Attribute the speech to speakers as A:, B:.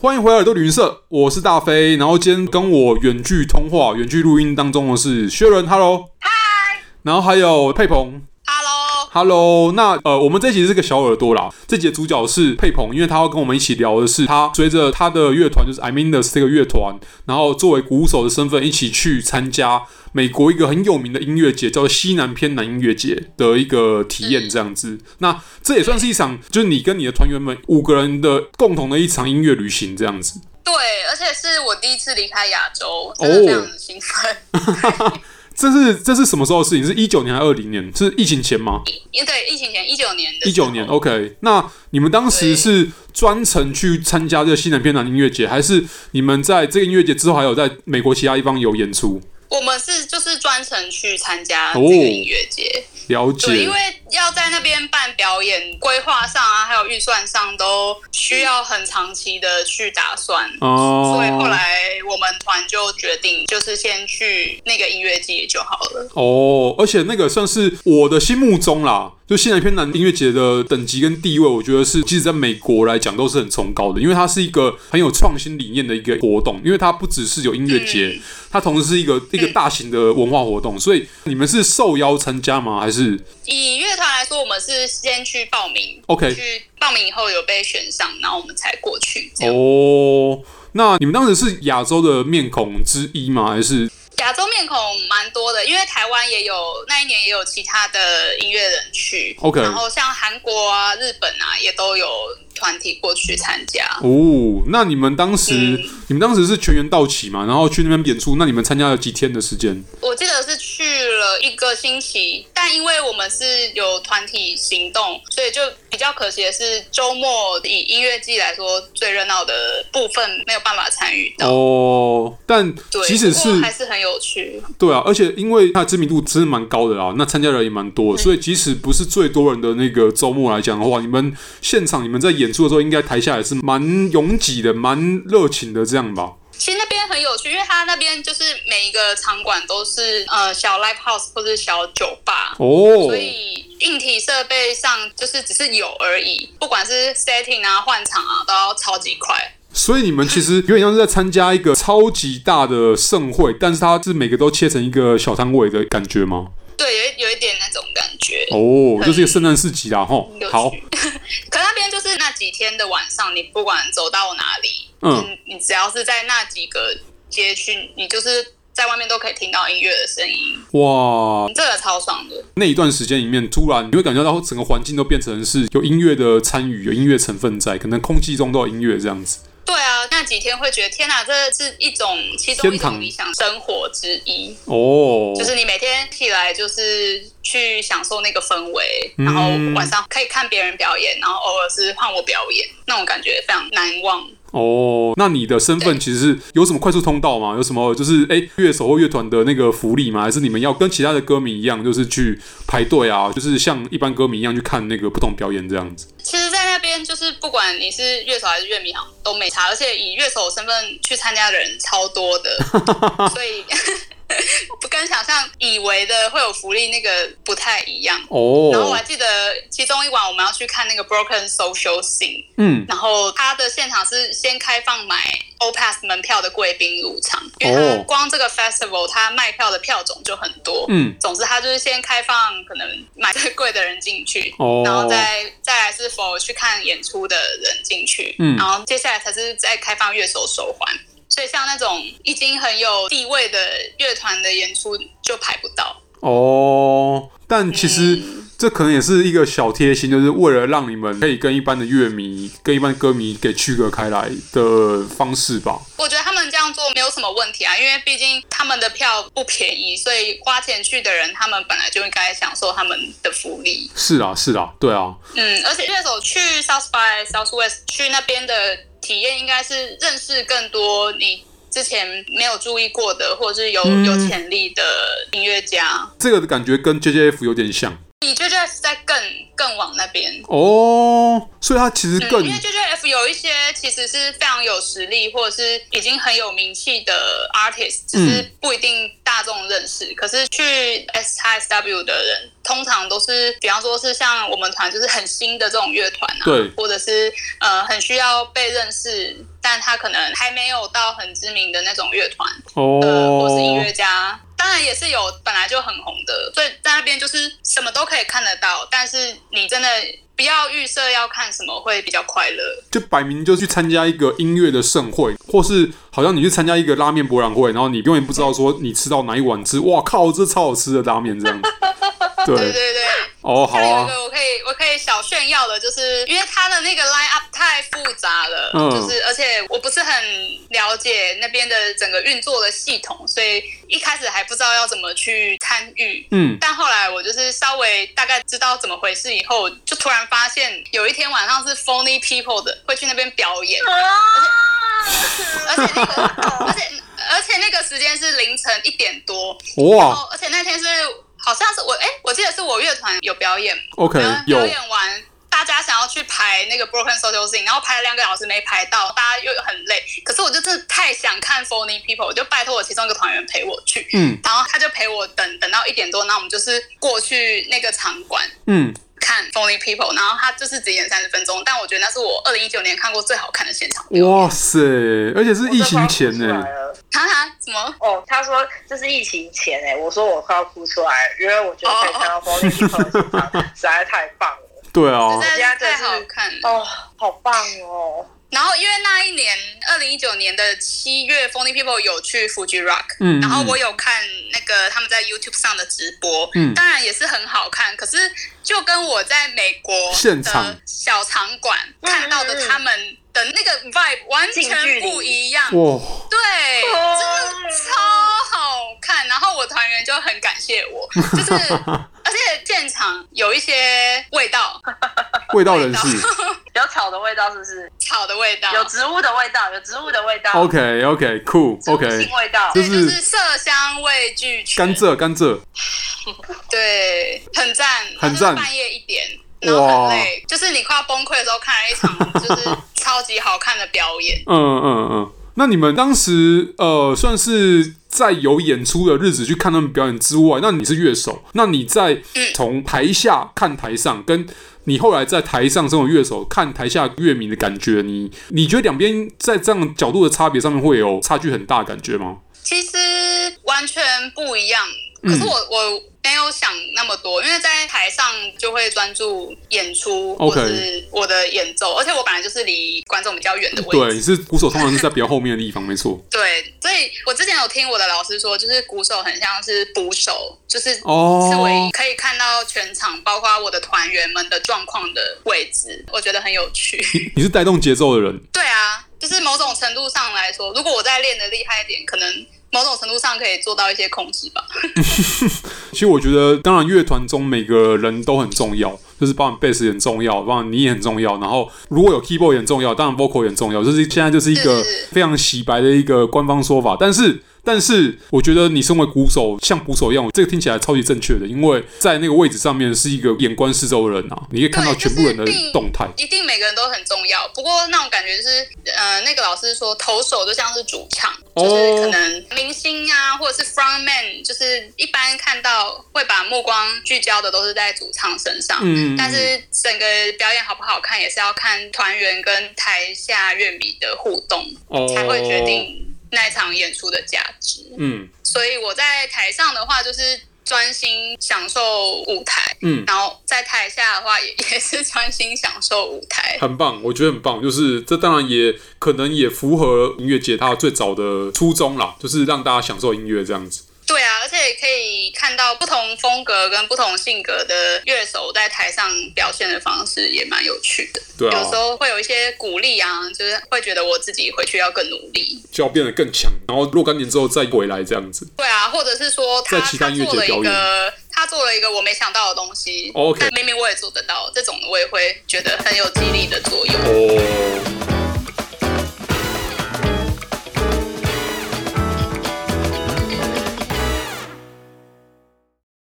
A: 欢迎回来耳朵旅行社，我是大飞。然后今天跟我远距通话、远距录音当中的是薛伦，Hello，嗨。然后还有佩鹏
B: Hello，
A: ，Hello 那。呃，我们这集是个小耳朵啦，这集的主角是佩鹏，因为他要跟我们一起聊的是他随着他的乐团就是 I Mean t h s 这个乐团，然后作为鼓手的身份一起去参加美国一个很有名的音乐节，叫做西南偏南音乐节的一个体验，这样子。那这也算是一场，就是你跟你的团员们五个人的共同的一场音乐旅行，这样子。
B: 对，而且是我第一次离开亚洲，
A: 哦
B: 真的非常的兴奋。
A: 这是这是什么时候的事情？是一九年还是二零年？是疫情前吗？
B: 因为对疫情前一九年的
A: 一
B: 时候
A: 九年，OK。那你们当时是专程去参加这个西南偏南音乐节，还是你们在这个音乐节之后还有在美国其他地方有演出？
B: 我们是就是专程去参加这个音乐节，
A: 了解，
B: 对，因为要在那边办表演，规划上啊，还有预算上都需要很长期的去打算。
A: 哦，
B: 所以后来我们团就决定，就是先去那个音乐季就好了。
A: 哦，而且那个算是我的心目中啦，就西南偏南音乐节的等级跟地位，我觉得是即使在美国来讲都是很崇高的，因为它是一个很有创新理念的一个活动，因为它不只是有音乐节，
B: 嗯
A: 它同时是一个一个大型的文化活动，所以你们是受邀参加吗？还是
B: 以乐团来说，我们是先去报名
A: OK？
B: 去报名以后有被选上，然后我们才过去。这样。
A: 哦，那你们当时是亚洲的面孔之一吗？还是
B: 亚洲面孔蛮多的，因为台湾也有那一年也有其他的音乐人去
A: OK
B: 然后像韩国啊、日本啊也都有团体过去参加。
A: 哦？那你们当时、
B: 嗯
A: 你们当时是全员到齐嘛？然后去那边演出，那你们参加了几天的时间？
B: 我记得是去了一个星期，但因为我们是有团体行动，所以就比较可惜的是周末以音乐季来说最热闹的部分没有办法参与到。
A: 哦，但
B: 对，
A: 即使
B: 不过
A: 是
B: 还是很有趣。
A: 对啊，而且因为它的知名度真的蛮高的啦，啊那参加人也蛮多，所以即使不是最多人的那个周末来讲的话，你们现场你们在演出的时候，应该台下也是蛮拥挤的，蛮热情的这样吧？
B: 其实那边很有趣，因为它那边就是每一个场馆都是呃小 live house 或是小酒吧，
A: 哦
B: 所，以硬体设备上就是只是有而已，不管是 setting 啊、换场啊，都要超级快。
A: 所以你们其 实有点像是在参加一个超级大的盛会，但是它是每个都切成一个小摊位的感觉吗？
B: 对，有一有一点那种感觉。
A: 哦，就是一个圣诞市集啦，吼
B: 很有，趣
A: 好，
B: 可那边就是那几天的晚上，你不管走到哪里，
A: 嗯
B: 嗯，你只要是在那几个街区，你就是在外面都可以听到音乐的声音，
A: 哇，
B: 这个超爽的。
A: 那一段时间里面，突然你会感觉到整个环境都变成是有音乐的参与，有音乐成分在，可能空气中都有音乐这样子。
B: 对啊，那几天会觉得天哪，这是一种其中一
A: 天堂
B: 种理想生活之一，
A: 哦，
B: 就是你每天起来就是去享受那个氛围，然后晚上可以看别人表演，然后偶尔是换我表演，那种感觉非常难忘。
A: 哦，那你的身份其实是有什么快速通道吗？有什么就是哎，乐手或乐团的那个福利吗？还是你们要跟其他的歌迷一样，就是去排队啊，就是像一般歌迷一样去看那个不同表演这样子？
B: 其实，在那边就是不管你是乐手还是乐迷，好像都没差，而且以乐手身份去参加的人超多的，所以 不跟想象以为的会有福利那个不太一样。然后我
A: 哦
B: 还，记得其中一晚我们要去看那个 Broken Social Scene，
A: 嗯，
B: 然后他的现场是先开放买 O Pass 门票的贵宾入场，因为他
A: 哦
B: 光这个 Festival 他卖票的票种就很多，
A: 嗯，
B: 总之他就是先开放可能买最贵的人进去，
A: 哦
B: 然后再再来是否去看演出的人进去，
A: 嗯
B: 然后接下来才是再开放乐手手环。所以像那种已经很有地位的乐团的演出就排不到，
A: 哦，但其实这可能也是一个小贴心，就是为了让你们可以跟一般的乐迷、跟一般歌迷给区隔开来的方式吧。
B: 我觉得他们这样做没有什么问题啊，因为毕竟他们的票不便宜，所以花钱去的人，他们本来就应该享受他们的福利。
A: 是啊，是啊，对啊，
B: 嗯，而且乐手去 South by Southwest 去那边的体验，应该是认识更多你之前没有注意过的，或者是有、有潜力的音乐家。
A: 这个的感觉跟 JJF 有点像。
B: 比 JJS 在更更往那边。
A: 哦，所以他其实
B: 嗯，
A: 更
B: 因为 JJF 有一些其实是非常有实力，或者是已经很有名气的 artist，只
A: 嗯
B: 是不一定大众认识。可是去 S X W 的人，通常都是，比方说是像我们团，就是很新的这种乐团啊，
A: 对
B: 或者是呃很需要被认识，但他可能还没有到很知名的那种乐团，呃，或是音
A: 哦
B: 乐家。当然也是有本来就很红的，所以在那边就是什么都可以看得到，但是你真的不要预设要看什么会比较快乐。
A: 就摆明就去参加一个音乐的盛会，或是好像你去参加一个拉面博览会，然后你永远不知道说你吃到哪一碗吃，哇靠，这超好吃的拉面这样子。
B: 对
A: 对，
B: 对对，
A: 哦，好
B: 还有一
A: 啊，
B: 个我可以我可以小炫耀的，就是因为它的那个 line up 太复杂了，
A: 嗯
B: 就是而且我不是很了解那边的整个运作的系统，所以一开始还不知道要怎么去参与。
A: 嗯，
B: 但后来我就是稍微大概知道怎么回事以后，就突然发现有一天晚上是 Phony People 的会去那边表演，而且那个而且而且那个时间是凌晨一点多，然
A: 哇
B: 后而且那天是好像是我哎、我记得是我乐团有表演，
A: ，OK，
B: 然后
A: 有
B: 表演完。大家想要去排那个 Broken Social Sing，然后排了两个小时没排到，大家又很累。可是我就真的太想看 Phony People，我就拜托我其中一个团员陪我去，
A: 嗯
B: 然后他就陪我等等到一点多，那我们就是过去那个场馆
A: 嗯，
B: 看 Phony People，然后他就是只演三十分钟，但我觉得那是我二零一九年看过最好看的现场。
A: 哇塞，而且是疫情前欸
C: 我都快要哭出
A: 呢
C: 来，了
B: 哈哈，什么？
C: 哦，他说这是疫情前哎、我说我快要哭出来了，因为我觉得可以看
A: 哦
C: 到 Bonnie 一的现场实在太棒了。
A: 对啊
B: 实，在是太好看了。
C: 哦，好棒哦！
B: 然后因为那一年二零一九年的七月，Phony People 有去 Fuji Rock，
A: 嗯
B: 然后我有看那个他们在 YouTube 上的直播，
A: 嗯
B: 当然也是很好看，可是就跟我在美国
A: 现场
B: 的小场馆看到的他们的那个 vibe 完全不一样，
A: 哇，
B: 对，
C: 哦
B: 真的超好看。然后我团员就很感 谢我，就是而且现场有一些味道，
A: 味道人 士
C: 有草的味道是不是？
B: 草的味道，
C: 有植物的味道，有植物的味道。
A: ，OK OK cool
C: 植物
A: OK，
C: 性味道。
A: 就
B: 对，
A: 是
B: 就是色香味俱全，
A: 甘蔗甘蔗，
B: 对，很赞，
A: 很赞
B: 然后就是半夜一点，然后很累，就是你快要崩溃的时候，看了一场就是超级好看的表演。
A: 嗯嗯嗯。那你们当时呃，算是在有演出的日子去看他们表演之外，那你是乐手，那你在
B: 嗯
A: 从台下看台上，跟你后来在台上身为乐手看台下乐迷的感觉，你你觉得两边在这样角度的差别上面会有差距很大的感觉吗？
B: 其实完全不一样，可
A: 嗯
B: 是我我没有想那么多，因为在台上就会专注演出
A: OK
B: 或是我的演奏，而且我本来就是离观众比较远的位置，
A: 对，是鼓手通常是在比较后面的地方，没 错。
B: 对，所以我之前有听我的老师说，就是鼓手很像是捕手，就是
A: 哦
B: 是唯一可以看到全场，包括我的团员们的状况的位置，我觉得很有 趣。
A: 你是带动节奏的人，
B: 对啊，就是某种程度上来说，如果我再练的厉害一点，可能某种程度上可以做到一些控制吧。
A: 其实我觉得，当然乐团中每个人都很重要，就是包含贝斯也很重要，包含你也很重要。然后如果有 keyboard 也很重要，当然 vocal 也很重要。就是现在就是一个
B: 是是
A: 非常洗白的一个官方说法，但是。但是我觉得你身为鼓手，像鼓手一样，这个听起来超级正确的，因为在那个位置上面是一个眼观四周的人啊，你可以看到
B: 对
A: 全部人的
B: 就是并
A: 动态。
B: 一定每个人都很重要，不过那种感觉就是，呃，那个老师说投手就像是主唱，
A: 哦
B: 就是可能明星啊，或者是 frontman，就是一般看到会把目光聚焦的都是在主唱身上。
A: 嗯
B: 但是整个表演好不好看，也是要看团员跟台下乐迷的互动，
A: 哦
B: 才会决。定那一场演出的价值。
A: 嗯
B: 所以我在台上的话，就是专心享受舞台，
A: 嗯，
B: 然后在台下的话也，也是专心享受舞台。
A: 很棒，我觉得很棒。就是这当然也可能也符合音乐节它最早的初衷啦，就是让大家享受音乐这样子。
B: 对啊，而且可以看到不同风格跟不同性格的乐手在台上表现的方式，也蛮有趣的。
A: 对啊
B: 有时候会有一些鼓励啊，就是会觉得我自己回去要更努力。
A: 就要变得更强，然后若干年之后再回来这样子。
B: 对啊，或者是说他
A: 在期
B: 他
A: 待音乐
B: 做了
A: 节
B: 一
A: 表演哦
B: 个他做了一个我没想到的东西
A: OK
B: 但明明我也做得到，这种的我也会觉得很有激励的作用。
A: 哦。